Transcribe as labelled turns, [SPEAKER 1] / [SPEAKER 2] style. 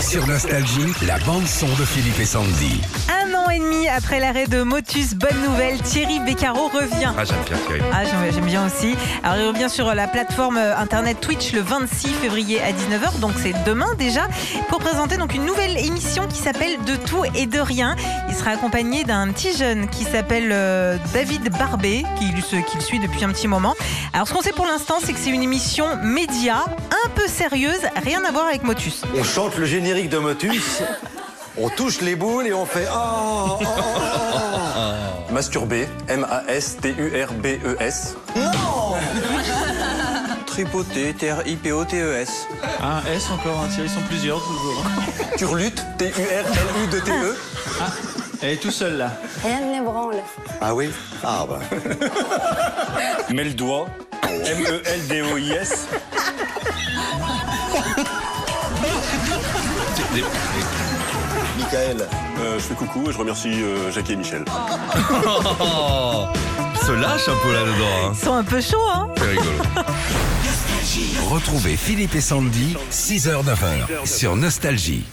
[SPEAKER 1] Sur Nostalgie, la bande-son de Philippe et Sandy.
[SPEAKER 2] Un an et demi après l'arrêt de Motus, bonne nouvelle, Thierry Beccaro revient.
[SPEAKER 3] Ah, j'aime bien Thierry.
[SPEAKER 2] Ah, j'aime j'aime bien aussi. Alors, il revient sur la plateforme euh, internet Twitch le 26 février à 19h, donc c'est demain déjà, pour présenter donc une nouvelle émission qui s'appelle De tout et de rien. Il sera accompagné d'un petit jeune qui s'appelle euh, David Barbet, qui, le- qui le suit depuis un petit moment. Alors, ce qu'on sait pour l'instant, c'est que c'est une émission média, un peu sérieuse, rien à voir avec Motus.
[SPEAKER 4] On chante le générique de Motus, on touche les boules et on fait oh, oh, oh. Masturber, M-A-S-T-U-R-B-E-S.
[SPEAKER 5] Tripoté, T-R-I-P-O-T-E-S.
[SPEAKER 6] Un S encore, un Thierry, ils sont plusieurs toujours. hein.
[SPEAKER 4] Turlute, T-U-R-L-U-D-T-E.
[SPEAKER 6] Elle est tout seule là.
[SPEAKER 7] Rien ne l'ébranle.
[SPEAKER 4] Ah oui Ah bah.
[SPEAKER 3] Mets le doigt. E M-E-L-D-O-I-S.
[SPEAKER 4] Michael.
[SPEAKER 3] Euh, je fais coucou et je remercie euh, Jackie et Michel.
[SPEAKER 5] Se lâche un peu là-dedans. hein.
[SPEAKER 2] Ils sont un peu chauds, hein
[SPEAKER 5] C'est rigolo.
[SPEAKER 1] Retrouvez Philippe et Sandy, 6h-9h, sur Nostalgie.